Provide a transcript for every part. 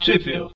Sheffield.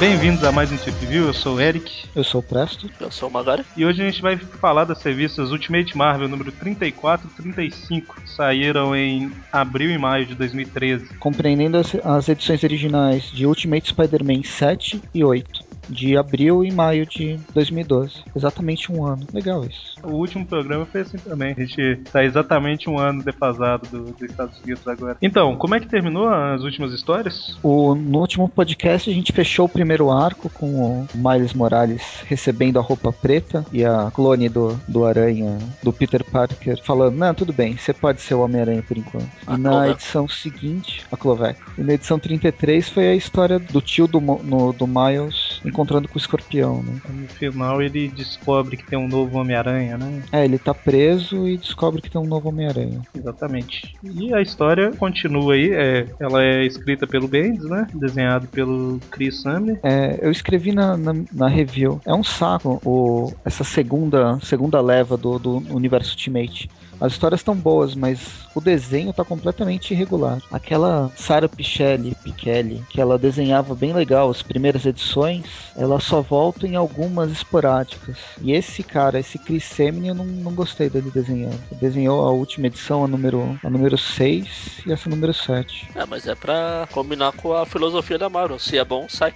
Bem-vindos a mais um Tip View, eu sou o Eric Eu sou o Presto. Eu sou o Magari. e hoje a gente vai falar das revistas Ultimate Marvel número 34 e 35, que saíram em abril e maio de 2013. Compreendendo as, as edições originais de Ultimate Spider-Man 7 e 8, de abril e maio de 2012. Exatamente um ano. Legal isso. O último programa foi assim também, a gente tá exatamente um ano defasado do- dos Estados Unidos agora. Então, como é que terminou as últimas histórias? O, no último podcast a gente fechou o primeiro arco com o Miles Morales recebendo a roupa preta e a clone do, do Aranha, do Peter Parker, falando: Não, tudo bem, você pode ser o Homem-Aranha por enquanto. A E na Clover. edição seguinte, a Cloveco. E na edição 33 foi a história do tio do, Mo- no- do Miles encontrando com o escorpião, né? No final ele descobre que tem um novo Homem-Aranha, né? É, ele tá preso e descobre que tem um novo Homem-Aranha. Exatamente. E a história continua aí. é, ela é escrita pelo Bendis, né? Desenhado pelo Chris Sumner. É, eu escrevi na, na, na review. É um saco o, essa segunda, segunda leva do, do universo Ultimate. As histórias estão boas, mas o desenho tá completamente irregular. Aquela Sarah Pichelli, Pichelli, que ela desenhava bem legal as primeiras edições, ela só volta em algumas esporádicas. E esse cara, esse Chris Semine, eu não, não gostei dele desenhando. Ele Desenhou a última edição, a número, a número 6 e essa número 7. É, mas é pra combinar com a filosofia da Marvel. Se é bom, sai.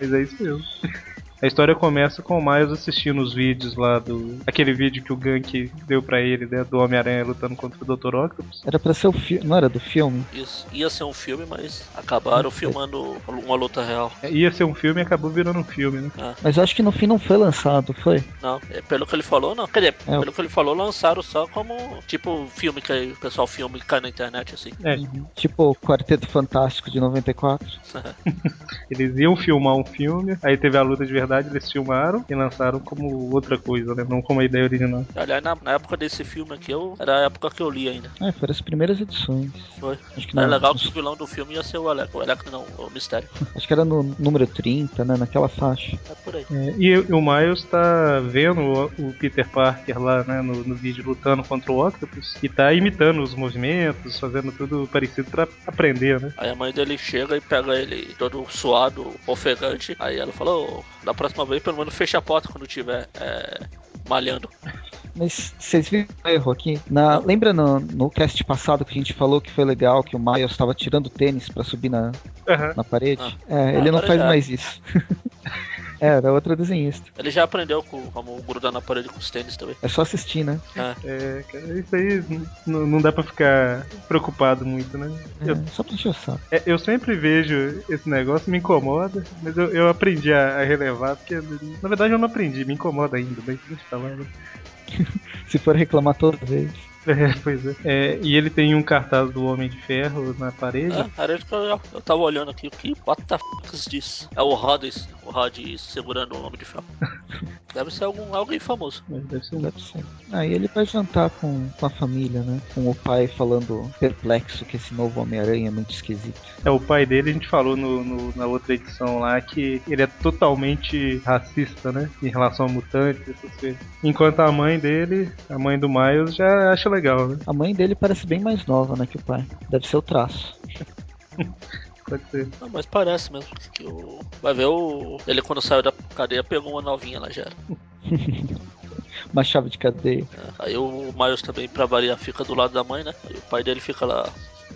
Mas é isso mesmo. A história começa com o Miles assistindo os vídeos lá do. aquele vídeo que o Gank deu pra ele, né? Do Homem-Aranha lutando contra o Dr. Octopus. Era pra ser o filme. Não era do filme? Isso ia ser um filme, mas acabaram filmando uma luta real. É, Ia ser um filme e acabou virando um filme, né? Mas eu acho que no fim não foi lançado, foi? Não, é, pelo que ele falou, não. Quer dizer, É. pelo que ele falou, lançaram só como tipo filme que aí o pessoal filme que cai na internet, assim. É, Tipo o Quarteto Fantástico de 94. eles iam filmar um filme, aí teve a luta de verdade, eles filmaram e lançaram como outra coisa, né? Não como a ideia original. Aliás, na, na época desse filme aqui, eu, era a época que eu li ainda. É, foram as primeiras edições. Foi. Acho que, Era na- É legal que o vilão do filme ia ser o Alec. O Alec não, o Mistério. acho que era no número 30, né? Naquela faixa. É por aí. É, e o Miles tá vendo o, o Peter Parker lá, né, no, no vídeo lutando contra o Octopus e tá imitando os movimentos, fazendo tudo parecido pra aprender, né? Aí a mãe dele chega e pega ele todo suado, ofegante. Aí ela falou, da próxima vez pelo menos fecha a porta quando tiver é, malhando. Mas vocês viram o erro aqui? Na, lembra no, no cast passado que a gente falou que foi legal, que o Miles estava tirando o tênis pra subir na, Aham. na parede? Ah. É, ele Ah, não tá faz ligado. mais isso. É, Era outra desenhista. Ele já aprendeu com, como grudar na parede com os tênis também. É só assistir, né? É, cara, isso aí n- não dá pra ficar preocupado muito, né? É, Eu, só pra encher o saco. é, eu sempre vejo esse negócio, me incomoda, mas eu, eu aprendi a, a relevar, porque na verdade eu não aprendi, me incomoda ainda, bem que falar, né? Se for reclamar toda vez. É, pois é. É, E ele tem um cartaz do Homem de Ferro na parede. Ah, era isso que eu, eu tava olhando aqui. O que what the f is this? É o Hades, o Hades segurando o homem de ferro. Deve ser algum, alguém famoso. Mas deve ser um Deve ser. Aí ele vai jantar com, com a família, né? Com o pai falando perplexo que esse novo Homem-Aranha é muito esquisito. É, o pai dele, a gente falou no, no- na outra edição lá que ele é totalmente racista, né? Em relação a mutantes, essas coisas. Enquanto a mãe dele, a mãe do Miles, já acha legal, né? A mãe dele parece bem mais nova, né, que o pai. Deve ser o traço. Pode ser. Não, Ah, mas parece mesmo que o. Vai ver o. Ele quando saiu da cadeia pegou uma novinha lá já. era. Uma chave de cadeia. Aí o Miles também, pra variar, fica do lado da mãe, né? Aí o pai dele fica lá.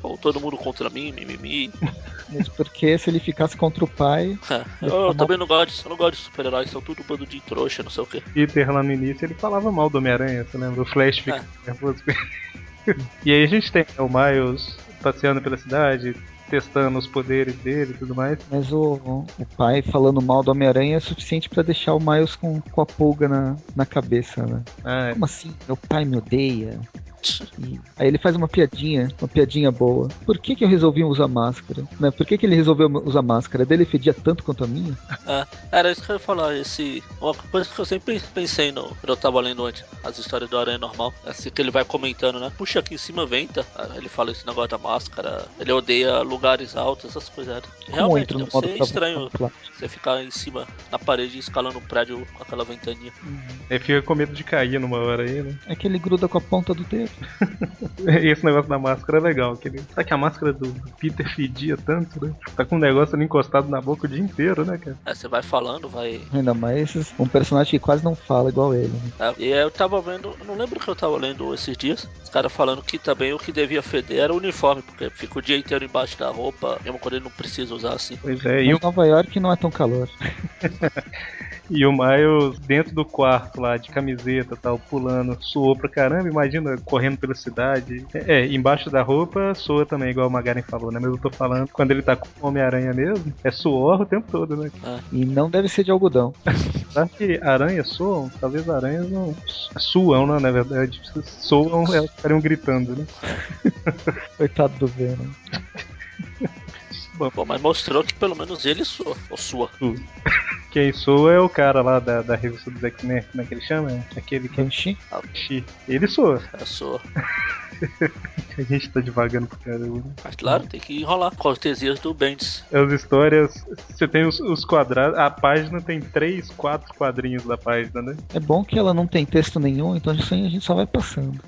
"Pô, todo mundo contra mim, mimimi. Mas porque se ele ficasse contra o pai. É, eu, também não gosto disso, eu não gosto de super-heróis, são tudo bando de trouxa, não sei o quê. Peter lá no início, ele falava mal do Homem-Aranha, você lembra? O Flash fica nervoso. com ele. e aí a gente tem né, o Miles passeando pela cidade, testando os poderes dele e tudo mais. Mas o, o pai falando mal do Homem-Aranha é suficiente pra deixar o Miles com, com a pulga na, na cabeça, né? Ah, Como assim? Meu pai me odeia. E aí ele faz uma piadinha, uma piadinha boa. Por que, que eu resolvi usar máscara? Né? Por que, que ele resolveu usar máscara? Dele fedia tanto quanto a minha? É, era isso que eu ia falar. Esse, uma coisa que eu sempre pensei no, quando eu tava lendo antes, as histórias do Aranha Normal. é Assim que ele vai comentando, né? Puxa, aqui em cima venta. Ah, Ele fala esse negócio da máscara. Ele odeia lugares altos, essas coisas. né? Como Realmente, entra no deve modo ser cam- estranho camuflagem? você ficar em cima, na parede, escalando um prédio com aquela ventania. Aí fica com medo de cair numa hora aí, né? É que ele gruda com a ponta do dedo. E esse negócio da máscara é legal. Que ele... Será que a máscara do Peter fedia tanto, né? Tá com um negócio ali encostado na boca o dia inteiro, né, cara? Aí É, você vai falando, vai Ainda mais um personagem que quase não fala igual ele. né? Tá? E aí eu tava vendo, eu não lembro o que eu tava lendo esses dias, os caras falando que também o que devia feder era o uniforme, porque fica o dia inteiro embaixo da roupa, mesmo quando ele não precisa usar assim. Pois é, e o, Mas Nova York não é tão calor. e o Miles dentro do quarto lá, de camiseta e tal, pulando, suou pra caramba, imagina, correndo pela cidade. É, é, embaixo da roupa soa também, igual o Magaren falou, né? Mas eu tô falando, quando ele tá com o Homem-Aranha mesmo, é suor o tempo todo, né? E não deve ser de algodão. Será que aranhas soam? Talvez aranhas não. Suam, né? Na verdade, Se soam, elas estariam gritando, né? Coitado do Venom. Bom, mas mostrou que pelo menos ele é sua, ou sua. Quem soa é o cara lá da, da revista do X-Men, como é que ele chama? Aquele que Banshee? Shi. Ele soa. É sua. A gente tá devagando pro caramba. né? Mas claro, tem que enrolar. Cortesias do Bendis. As histórias. Você tem os, os quadrados. A página tem três, quatro quadrinhos da página, né? É bom que ela não tem texto nenhum, então isso aí a gente só vai passando.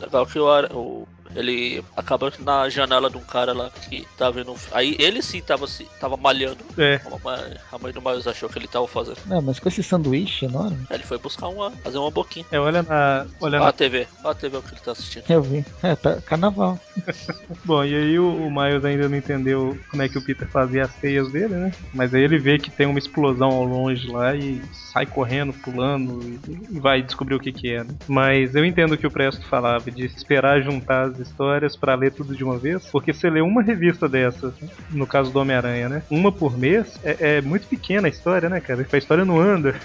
Legal que o, Ara- o- ele acaba na janela de um cara lá que tá vendo. um fi- Aí ele sim tava, se- tava malhando. É. A mamãe- a mãe do Miles achou que ele tava fazendo. Não, mas com esse sanduíche enorme, Aí ele foi buscar uma, fazer uma boquinha. É, olha na. Olha Olha na a TV, olha a TV o que ele tá assistindo. eu vi. É, tá carnaval. Bom, e aí o, o Miles ainda não entendeu como é que o Peter fazia as teias dele, né? Mas aí ele vê que tem uma explosão ao longe lá e sai correndo, pulando e, e vai descobrir o que que é, né? Mas eu entendo o que o Presto falava de esperar juntar as histórias pra ler tudo de uma vez, porque você lê uma revista dessas, no caso do Homem-Aranha, né? Uma por mês, é, é muito pequena a história, né, cara? A história não anda.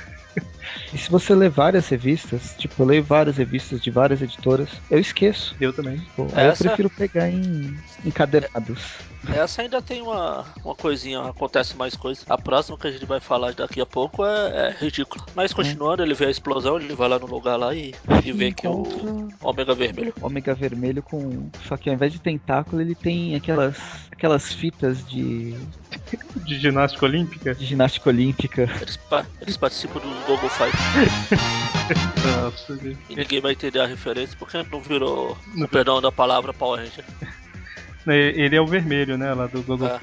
E se você ler várias revistas, tipo, eu leio várias revistas de várias editoras, eu esqueço. Eu também. Pô, Aí eu Essa- prefiro pegar em encadernados. Essa ainda tem uma, uma coisinha, acontece mais coisas. A próxima que a gente vai falar daqui a pouco é, é ridícula. Mas continuando, ele vê a explosão, ele vai lá no lugar lá e, e vê que é o Encontra Ômega Vermelho. Ômega vermelho com. Só que ao invés de tentáculo, ele tem aquelas, aquelas fitas de, De ginástica olímpica, de ginástica olímpica. Eles, pa- eles participam do Google Fight. nossa, E ninguém vai entender a referência porque não virou, Não. no perdão da palavra, Power Ranger. ele é o vermelho, né, lá do Google. Ah.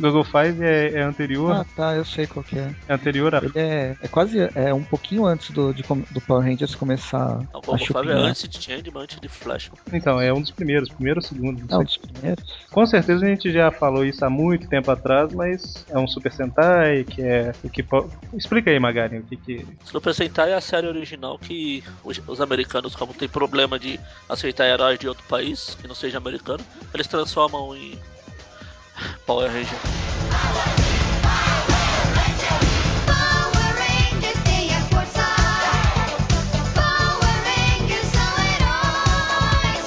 Google Five é, é anterior, Ah, tá, eu sei qual que é. é anterior a Ele é, é quase é um pouquinho antes do, de com- do Power Rangers começar O a Google Fight é chupinhar. antes de Changeman, antes de Flash. Então, é um dos primeiros, primeiro ou segundo. É Não um sei. dos primeiros. Com certeza a gente já falou isso há muito tempo atrás, mas é um Super Sentai, que é o que. po- Explica aí, Magari, o que que. Super Sentai é a série original que os, os americanos, como tem problema de aceitar heróis de outro país que não seja americano, eles transformam em Power Ranger. Power Rangers tem a força. Power Rangers são heróis.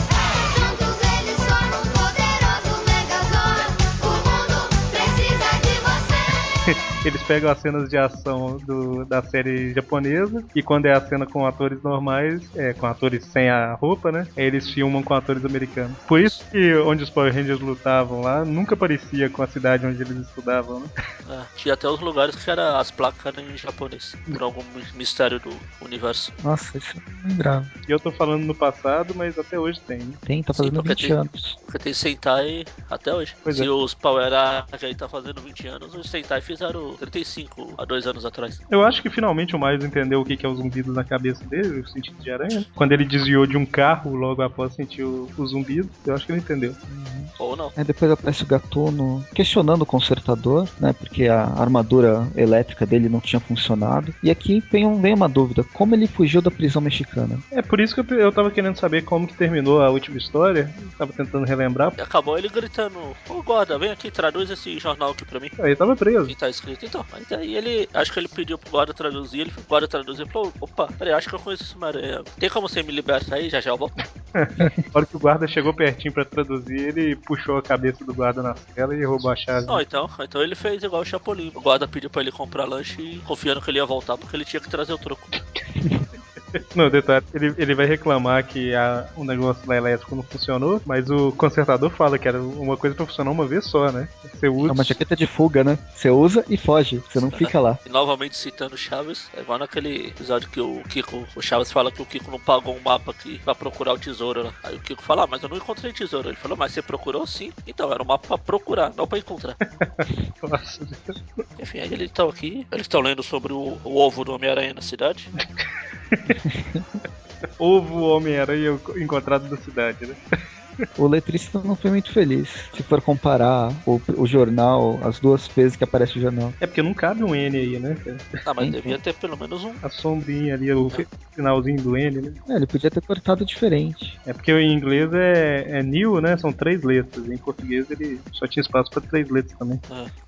Juntos eles formam um poderoso Megazord. O mundo precisa de você. Eles pegam as cenas de ação do- da série japonesa e quando é a cena com atores normais, é, com atores sem a roupa, né? aí Eles filmam com atores americanos. Por isso que onde os Power Rangers lutavam lá nunca parecia com a cidade onde eles estudavam, né? É, tinha até os lugares que era as placas eram em japonês, por algum mi- mistério do universo. Nossa, isso é eu não lembrava. E eu tô falando no passado, mas até hoje tem. né? Tem, tá Sim, fazendo porque 20 tem- anos. Porque tem Sentai até hoje. Pois Se é. os Power Rangers aí tá fazendo 20 anos, os Sentai fizeram 35 há dois anos atrás. Eu acho que finalmente o Miles entendeu o que que é os zumbidos na cabeça dele, o sentido de aranha. Quando ele desviou de um carro logo após sentir o, o zumbido, eu acho que ele entendeu. Ou não. Aí Uhum. É, depois aparece o Gatuno questionando o consertador, né? Porque a armadura elétrica dele não tinha funcionado. E aqui vem, um- vem uma dúvida: como ele fugiu da prisão mexicana? É por isso que eu, eu tava querendo saber como que terminou a última história. Eu tava tentando relembrar. E acabou ele gritando, ô guarda, vem aqui, traduz esse jornal aqui pra mim. Ele tava preso. Que tá escrito. Exatamente, então. Mas daí ele. Acho que ele pediu pro Guarda traduzir, ele foi pro Guarda traduzir e falou: opa, peraí, acho que eu conheço esse maranhão. Tem como você me liberar isso aí? Já já eu volto. Na hora que o guarda chegou pertinho pra traduzir, ele puxou a cabeça do guarda na cela e roubou a chave. Não, então, então ele fez igual o Chapolin. O guarda pediu pra ele comprar lanche, e confiando que ele ia voltar, porque ele tinha que trazer o troco. Não, detalhe, ele, ele vai reclamar que a- o negócio lá elétrico não funcionou, mas o consertador fala que era uma coisa pra funcionar uma vez só, né? Você É usa. uma jaqueta de fuga, né? Você usa e foge. Você não fica lá. E novamente citando Chaves, é igual naquele episódio que o Kiko, o Chaves fala que o Kiko não pagou um mapa que pra procurar o tesouro lá. Aí o Kiko fala, ah, mas eu não encontrei tesouro. Ele falou, mas você procurou sim? Então, era um mapa pra procurar, não pra encontrar. Nossa, Enfim, aí eles estão aqui, eles estão lendo sobre o, o ovo do Homem-Aranha na cidade. Ovo Homem-Aranha encontrado na cidade, né? O letrista não foi muito feliz. Se for comparar o, o jornal, as duas vezes que aparece o jornal. É porque não cabe um N aí, né? cara? Ah, mas Sim, devia ter pelo menos um. A sombrinha ali, o finalzinho do N, né? É, ele podia ter cortado diferente. É porque em inglês é, é new, né? São três letras. Em português ele só tinha espaço pra três letras também.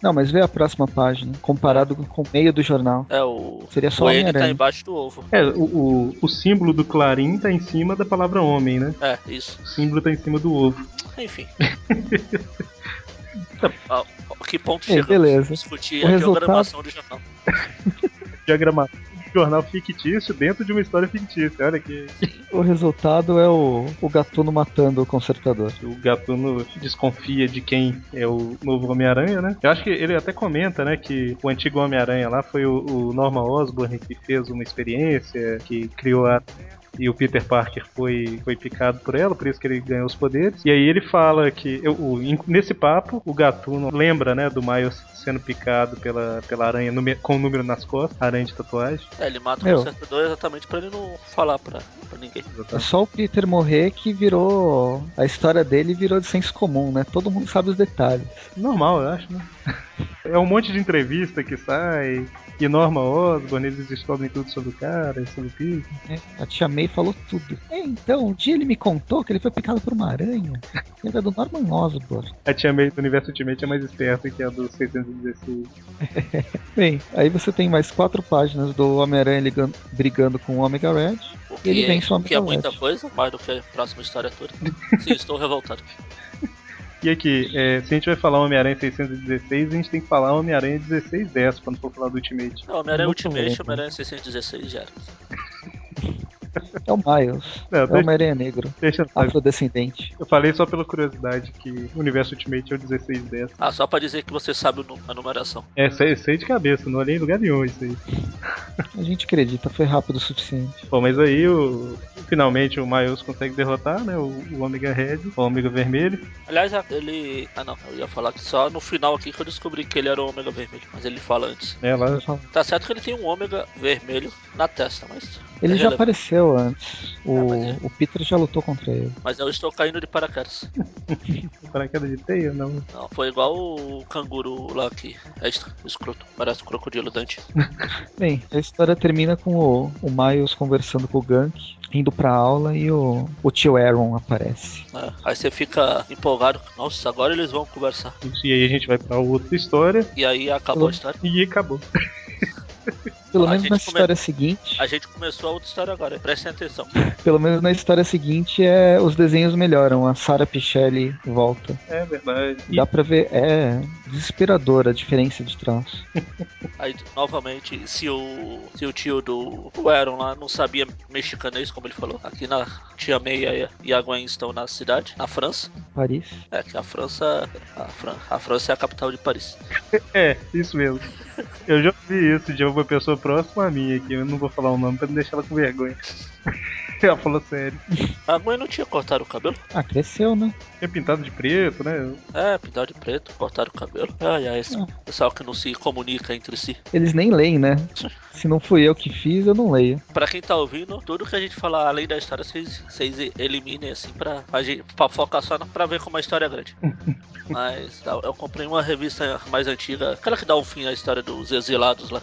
Não, mas vê a próxima página, comparado com o meio do jornal. É, o. Seria só o N tá Homem-Aranha. embaixo do ovo. É, o, o, o símbolo do clarim tá em cima da palavra homem, né? É, isso. O símbolo tá em cima do ovo. Enfim. Ah, que ponto Ei, chegamos? beleza. Discutir é O a resultado- diagramação do jornal. diagramação de jornal fictício dentro de uma história fictícia. Olha que O resultado é o, o gatuno matando o consertador. o Gatuno desconfia de quem é o novo Homem-Aranha, né? Eu acho que ele até comenta, né, que o antigo Homem-Aranha lá foi o, o Norman Osborn que fez uma experiência, que criou a e o Peter Parker foi, foi picado por ela, por isso que ele ganhou os poderes. E aí ele fala que, eu- o- in- nesse papo, o Gatuno lembra, né, do Miles sendo picado pela, pela aranha nume- com o número nas costas, aranha de tatuagem. É, ele mata Meu. o consertador exatamente pra ele não falar pra, pra ninguém. É só o Peter morrer que virou. A história dele virou de senso comum, né? Todo mundo sabe os detalhes. Normal, eu acho, né? É um monte de entrevista que sai, e Norma Osborn, eles descobrem tudo sobre o cara, e sobre o Pete. né? A tia May falou tudo. É, então, um dia ele me contou que ele foi picado por uma aranha. E era do Norman Osborn. A tia May do Universo Ultimate é mais esperta que a do 616. Bem, aí você tem mais quatro páginas do Homem-Aranha ligando- brigando com o Omega Red. O que, Ele é, vence o o que é Amigo muita Leste. coisa, mais do que a próxima história toda. Sim, estou revoltado. E aqui, é, se a gente vai falar Homem-Aranha 616, a gente tem que falar Homem-Aranha 1610 quando for falar do Ultimate. Não, Homem-Aranha é Muito né? Ultimate, louco. Homem-Aranha 616 já era. É o Miles. Não, É o deixa, Homem-Aranha Negro, deixa afrodescendente. eu falei só pela curiosidade que o Universo Ultimate é o 1610. Ah, só pra dizer que você sabe o nu- a numeração. É, sei, sei de cabeça, não olhei em lugar nenhum isso aí. A gente acredita, foi rápido o suficiente. Bom, mas aí o, finalmente o Miles consegue derrotar, né? O, o Omega Red, o Omega Vermelho. Aliás, a- ele. Ah, não, eu ia falar que só no final aqui que eu descobri que ele era o Ômega Vermelho, mas ele fala antes. né, lá- Tá certo que ele tem um Ômega Vermelho na testa, mas. Ele é já relevante. apareceu antes. Ah, O, mas é. o Peter já lutou contra ele. Mas eu estou caindo de paraquedas. Paraquedas de teia, não. Não, foi igual o canguru lá que é es- escroto, parece um crocodilo dante. Bem, a história termina com o, o Miles conversando com o Gank, indo pra aula e o, o tio Aaron aparece. né? Aí você fica empolgado, nossa, agora eles vão conversar. Isso, e aí a gente vai pra outra história E aí acabou a história. e acabou. Pelo A menos gente na come- história seguinte. A gente começou a outra história agora, prestem atenção. Pelo menos na história seguinte é os desenhos melhoram. A Sarah Pichelli volta. É verdade. E Dá pra ver. É desesperadora a diferença de traço. Aí, novamente, se o, se o tio do o Aaron lá não sabia mexicanês, como ele falou, aqui na Tia Meia e a Gwen estão na cidade, na França. Paris. É que a França, a, Fran, a França é a capital de Paris. é, isso mesmo. Eu já vi isso de uma pessoa próxima a mim aqui. Eu não vou falar o nome pra não deixar ela com vergonha. ela falou sério. A Gwen não tinha cortado o cabelo? Ah, cresceu, né? É pintado de preto, né? É, pintar de preto, cortaram o cabelo. Ai, ai, esse Ah. pessoal que não se comunica entre si. Eles nem leem, né? Se não fui eu que fiz, eu não leio. Pra quem tá ouvindo, tudo que a gente falar além da história, vocês, vocês eliminem assim pra, pra, gente, pra focar só na, pra ver como a história é grande. Mas tá, eu comprei uma revista mais antiga, aquela que dá um fim à história dos Uhum. exilados lá.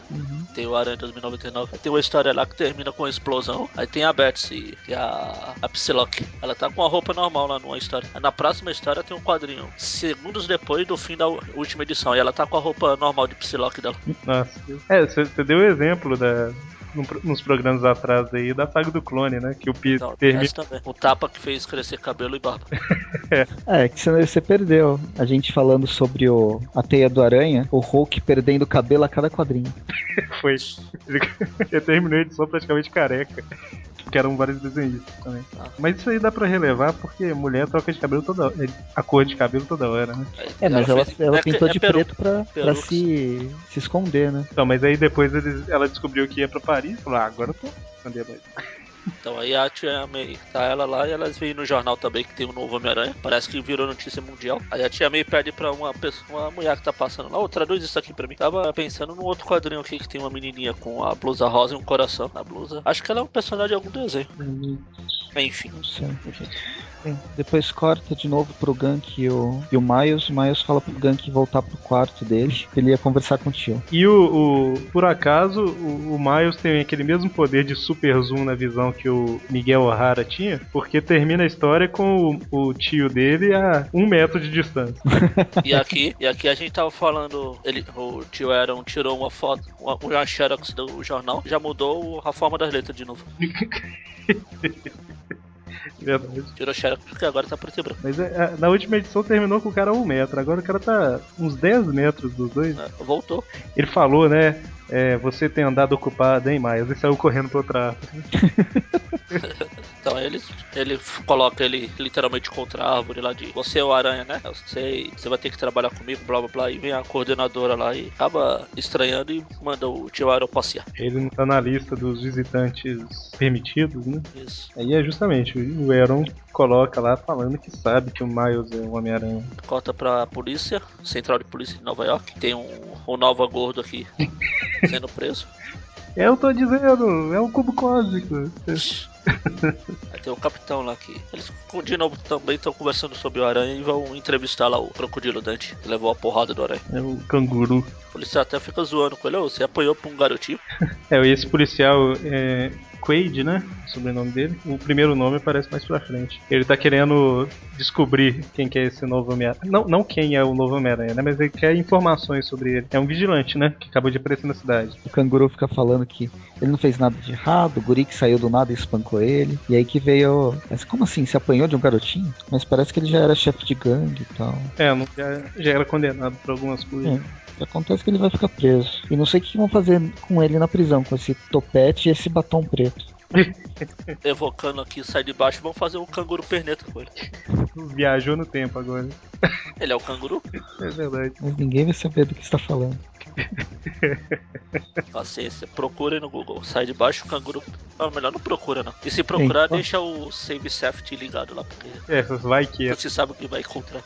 Tem o Aranha 2099. Aí Tem uma história lá que termina com a explosão. Aí tem a Betsy e, e a, a Psylocke. Ela tá com a roupa normal lá numa história. Na próxima história tem um quadrinho, segundos depois do fim da u- última edição, e ela tá com a roupa normal de Psylocke dela. Nossa. É, você você deu o exemplo da, num pro- nos programas atrás aí da saga do clone, né? Que o Peter Então, termina. essa também. O tapa que fez crescer cabelo e barba. É, que você, você perdeu. A gente falando sobre o, a teia do aranha, o Hulk perdendo cabelo a cada quadrinho. Foi. Eu terminei a edição praticamente careca. Que eram vários desenhistas também. Ah. Mas isso aí dá pra relevar porque mulher troca de cabelo toda hora. A cor de cabelo toda hora, né? É, mas ela, fez- ela é- pintou é de peru- preto pra, pra peruca. se, se esconder, né? Então, mas aí depois eles- ela descobriu que ia pra Paris. Falou, ah, agora eu tô. Cadê mais? Então aí a Tia May tá ela lá e elas veem no jornal também que tem um novo Homem-Aranha. Parece que virou notícia mundial. Aí a Tia May pede pra uma pessoa, uma mulher que tá passando lá, ô, traduz isso aqui pra mim. Tava pensando num outro quadrinho aqui que tem uma menininha com a blusa rosa e um coração na blusa. Acho que ela é um personagem de algum desenho. Enfim. Não sei. Bem, Depois corta de novo pro Gank e o, e o Miles. O Miles fala pro Gank voltar pro quarto dele. que Ele ia conversar com o tio. E o, o- por acaso, o, o Miles tem aquele mesmo poder de super zoom na visão que o Miguel O'Hara tinha, porque termina a história com o, o tio dele a um metro de distância. E aqui, e aqui a gente tava falando, ele, o tio Aaron tirou uma foto, uma, uma xerox do jornal, já mudou a forma das letras de novo. Verdade. Tirou xerox porque agora tá preto e branco. Mas é- é- na última edição terminou com o cara a um metro, agora o cara tá uns 10 metros dos dois. né? Voltou. Ele falou, né? é, você tem andado ocupado, hein, Miles? E saiu correndo pra outra árvore. Então ele, ele f- coloca ele literalmente contra a árvore lá de você é o aranha, né? Eu sei, você vai ter que trabalhar comigo, blá blá blá. E vem a coordenadora lá e acaba estranhando e manda o tio Aaron passear. Ele não tá na lista dos visitantes permitidos, né? Isso. Aí é justamente, o Aaron coloca lá falando que sabe que o Miles é o Homem-Aranha. Corta pra polícia, central de polícia de Nova York. Tem um, um Nova Gordo aqui sendo preso. É, Eu tô dizendo, é o cubo cósmico. Aí tem o capitão lá que eles de novo também estão conversando sobre o aranha e vão entrevistar lá o crocodilo Dante, que levou a porrada do aranha. É o canguru. O policial até fica zoando com ele, "Ô, você apanhou pra um garotinho. É, esse policial é. Quaid, né? O sobrenome dele. O primeiro nome aparece mais pra frente. Ele tá querendo descobrir quem que é esse novo Homem-Aranha. Não, não quem é o novo Homem-Aranha, né? Mas ele quer informações sobre ele. É um vigilante, né? Que acabou de aparecer na cidade. O canguru fica falando que ele não fez nada de errado. O guri que saiu do nada e espancou ele. E aí que veio. Mas como assim? Se apanhou de um garotinho? Mas parece que ele já era chefe de gangue e tal. É, não- já, já era condenado por algumas coisas. É. O que Acontece que ele vai ficar preso. E não sei o que vão fazer com ele na prisão, com esse topete e esse batom preto. evocando aqui, sai de baixo, vão fazer um canguru perneta com ele. Viajou no tempo agora. Ele é o canguru? É verdade. Mas ninguém vai saber do que está falando. Paciência, procurem no Google. Sai de baixo, canguru. Ah, melhor não procura, não. E se procurar, Então. deixa o save safety ligado lá, porque É, vai que é. você sabe o que vai encontrar.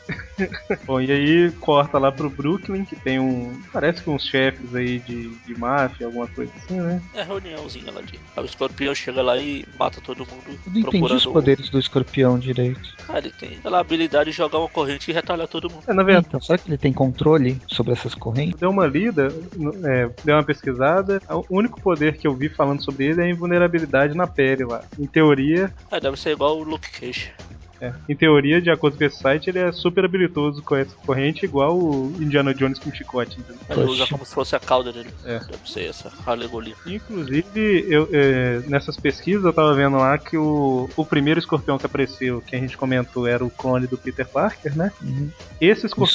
Bom, e aí corta lá pro Brooklyn, que tem um. Parece que uns chefes aí de, de máfia, alguma coisa assim, né? É reuniãozinha lá de. Aí o escorpião chega lá e mata todo mundo Eu não entendi os procurando. poderes do escorpião direito. Ah, ele tem aquela habilidade de jogar uma corrente e retalhar todo mundo. É, na verdade, Então, será que ele tem controle sobre essas correntes? deu uma lida, no- é, deu uma pesquisada. O único poder que eu vi falando sobre ele é a invulnerabilidade na pele lá. Em teoria, Ah, deve ser igual o Luke Cage. é, em teoria, de acordo com esse site, ele é super habilitoso com essa corrente, igual o Indiana Jones com chicote, entendeu? Ele Poxa. usa como se fosse a cauda dele. É. Deve ser essa alegoria. Inclusive, eu, é, nessas pesquisas eu tava vendo lá que o, o primeiro escorpião que apareceu, que a gente comentou, era o clone do Peter Parker, né? Uhum. Esse O escorpião.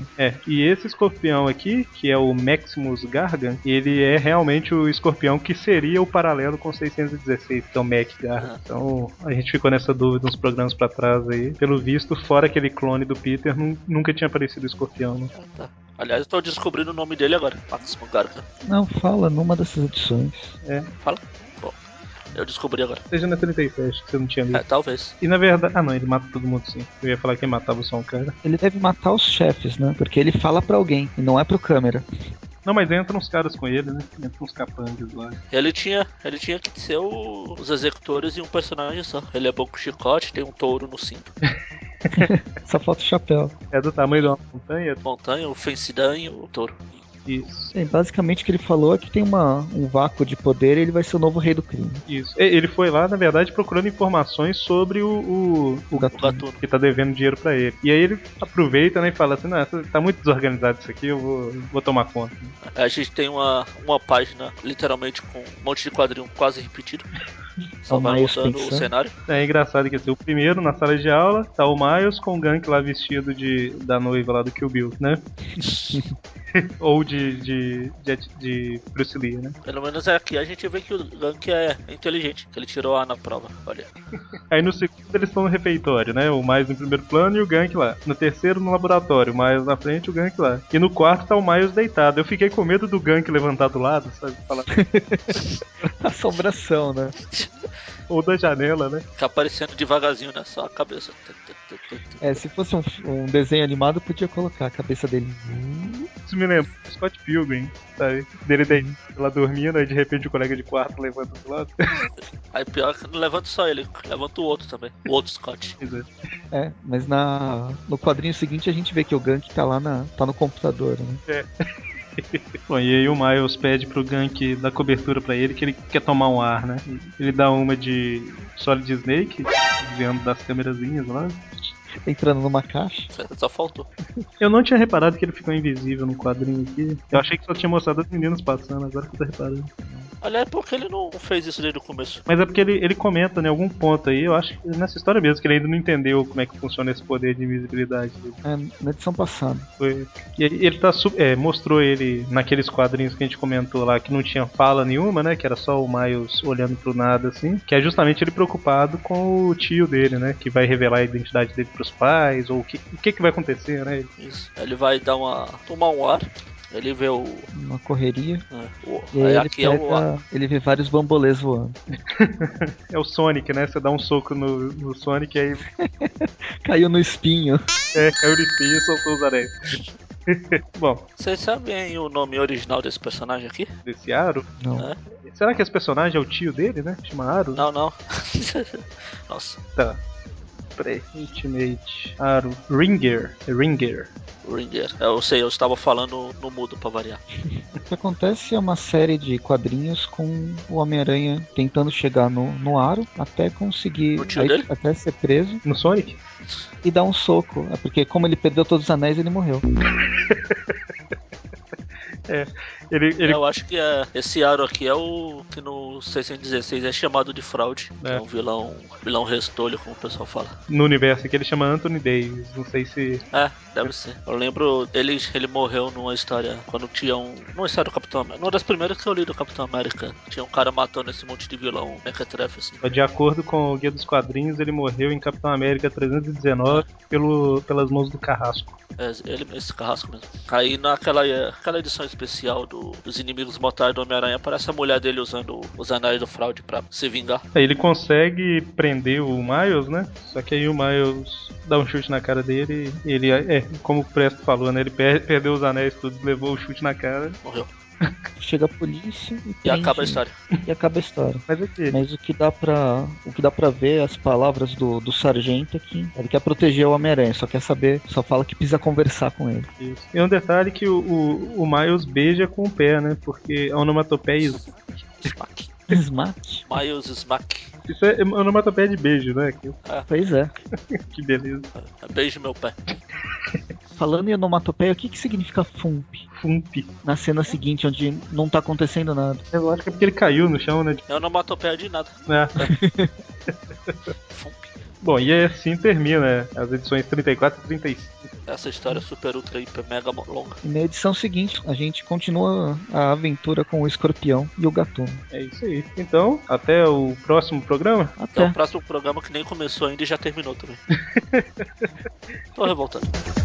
escorpião. É, e esse escorpião aqui, que é o Maximus Gargan, ele é realmente o escorpião que seria o paralelo com o 616, que é o Mac Gargan. Ah. Então a gente ficou nessa dúvida uns programas pra trás aí. Pelo visto, fora aquele clone do Peter, nun- nunca tinha aparecido o escorpião. Né? Ah, tá. Aliás, eu tô descobrindo o nome dele agora. Max né? Gargan. Não, fala numa dessas edições. Eu descobri agora. Seja na 37, que você não tinha É, visto. talvez. E na verdade. Ah, não, ele mata todo mundo sim. Eu ia falar que ele matava só um cara. Ele deve matar os chefes, né? Porque ele fala pra alguém e não é pro câmera. Não, mas entram uns caras com ele, né? Entram uns capangas lá. Ele tinha, ele tinha que ser o- os executores e um personagem só. Ele é bom com chicote, tem um touro no cinto, Só falta o chapéu. É do tamanho de uma montanha? montanha, o Fencidã e o touro. Isso, É, basicamente o que ele falou é que tem uma, um vácuo de poder e ele vai ser o novo rei do crime. isso. E- Ele foi lá, na verdade, procurando informações sobre o- o, O O Gatuno. gatuno. que tá devendo dinheiro pra ele. E aí ele aproveita né, e fala assim, não, essa- tá muito desorganizado isso aqui, eu vou, vou tomar conta. A gente tem uma, uma página, literalmente, com um monte de quadrinho quase repetido. Só o vai Miles mudando o pensando. cenário. É engraçado que assim, o primeiro na sala de aula tá o Miles com o Gank lá vestido de, da noiva lá do Kill Bill, né? Ou de, de, de, de Bruce Lee, né? Pelo menos é aqui a gente vê que o Gank é inteligente, que ele tirou A na prova. Olha. Aí no segundo eles estão no refeitório, né? O Miles no primeiro plano e o Gank lá. No terceiro no laboratório, o Miles na frente e o Gank lá. E no quarto tá o Miles deitado. Eu fiquei com medo do Gank levantar do lado, sabe? Falar- Uhum. Assombração, né? Ou da janela, né? Fica tá aparecendo devagarzinho, né? Só a cabeça. É, se fosse um, um desenho animado, podia colocar a cabeça dele. Hum, Isso me lembra Scott Pilgrim, sabe? Dele deitado lá dormindo, aí de repente o colega de quarto levanta do lado. Aí pior que não levanta só ele, levanta o outro também. O outro Scott. Quer dizer, É, mas na, no quadrinho seguinte a gente vê que o Gank tá lá na, tá no computador, né? Bom, e aí o Miles pede pro Gank dar cobertura pra ele, que ele quer tomar um ar, né? Ele dá uma de Solid Snake, desviando das câmerazinhas lá. Entrando numa caixa. Só faltou. Eu não tinha reparado que ele ficou invisível no quadrinho aqui. Eu achei que só tinha mostrado as meninas passando, agora que eu tô reparando. Olha, é porque ele não fez isso desde o começo. Mas é porque ele, ele comenta em algum ponto aí, eu acho que é nessa história mesmo, que ele ainda não entendeu como é que funciona esse poder de invisibilidade dele. É, na edição passada. Foi. E ele, ele tá su- é, mostrou ele naqueles quadrinhos que a gente comentou lá que não tinha fala nenhuma, né? Que era só o Miles olhando pro nada, assim. Que é justamente ele preocupado com o tio dele, né? Que vai revelar a identidade dele pros pais, ou o que, o que, que vai acontecer, né? Isso. Ele vai dar uma. tomar um ar. Ele vê o. Uma correria. né, o- E aí aí ele, aqui é o ar. pega, ele vê vários bambolês voando. É o Sonic, né? Você dá um soco no, no Sonic e aí Caiu no espinho. é, caiu de espinho e soltou os anéis. Bom, Vocês sabem o nome original desse personagem aqui? desse Aro. Não. Será que esse personagem é o tio dele, né? Chama Aro? Não, não. Nossa, Tá. Peraí. Ultimate Aro. Ringer. É Ringer. Ringer. É, Eu sei, eu estava falando no mudo pra variar. O que acontece é uma série de quadrinhos com o Homem-Aranha tentando chegar no, no aro até conseguir. No tio dele? até ser preso No Sonic? e dar um soco. É porque como ele perdeu todos os anéis, ele morreu. Ele, ele Eu acho que é, esse aro aqui é o que no 616 é chamado de fraude. que É, É. um vilão, vilão restolho, como o pessoal fala. no universo aqui ele chama Anthony Davis. Não sei se. É, deve ser. Eu lembro, ele, ele morreu numa história, quando tinha um. Numa história do Capitão América. Uma das primeiras que eu li do Capitão América. Tinha um cara matando esse monte de vilão mequetrefe, assim. De acordo com o Guia dos Quadrinhos, ele morreu em Capitão América 319 pelo, pelas mãos do Carrasco. É, ele, esse carrasco mesmo. Aí naquela eh, aquela edição especial do- dos inimigos mortais do Homem-Aranha, aparece a mulher dele usando os anéis do fraude pra se vingar. Aí ele consegue prender o Miles, né? Só que aí o Miles dá um chute na cara dele. e Ele, é, como o Presto falou, né? Ele per- perdeu os anéis tudo, levou o chute na cara. Morreu. Chega a polícia e, E prende- acaba a história. E acaba a história. Mas é aqui. Mas o que dá pra, o que dá pra ver é as palavras do, do sargento aqui. Ele quer proteger o Homem-Aranha, só quer saber, só fala que precisa conversar com ele. Isso. E um detalhe que o, o, o Miles beija com o pé, né? Porque a onomatopeia. Smack. Smart? Miles Smack. Isso é onomatopeia de beijo, né? Que, Pois é. que beleza. É, Beijo meu pé. Falando em onomatopeia, o que, que significa FUMP? Fump. Na cena seguinte, onde não tá acontecendo nada. Eu acho que é porque ele caiu no chão, né? Eu não mato pé de nada. né? Fump. Bom, e assim termina as edições 34 e 35. Essa história é super, ultra, hiper, mega mo- longa. E na edição seguinte, a gente continua a aventura com o escorpião e o gatuno. É isso aí. Então, até o próximo programa. Então, Até. o próximo programa que nem começou ainda e já terminou também. Tô revoltado.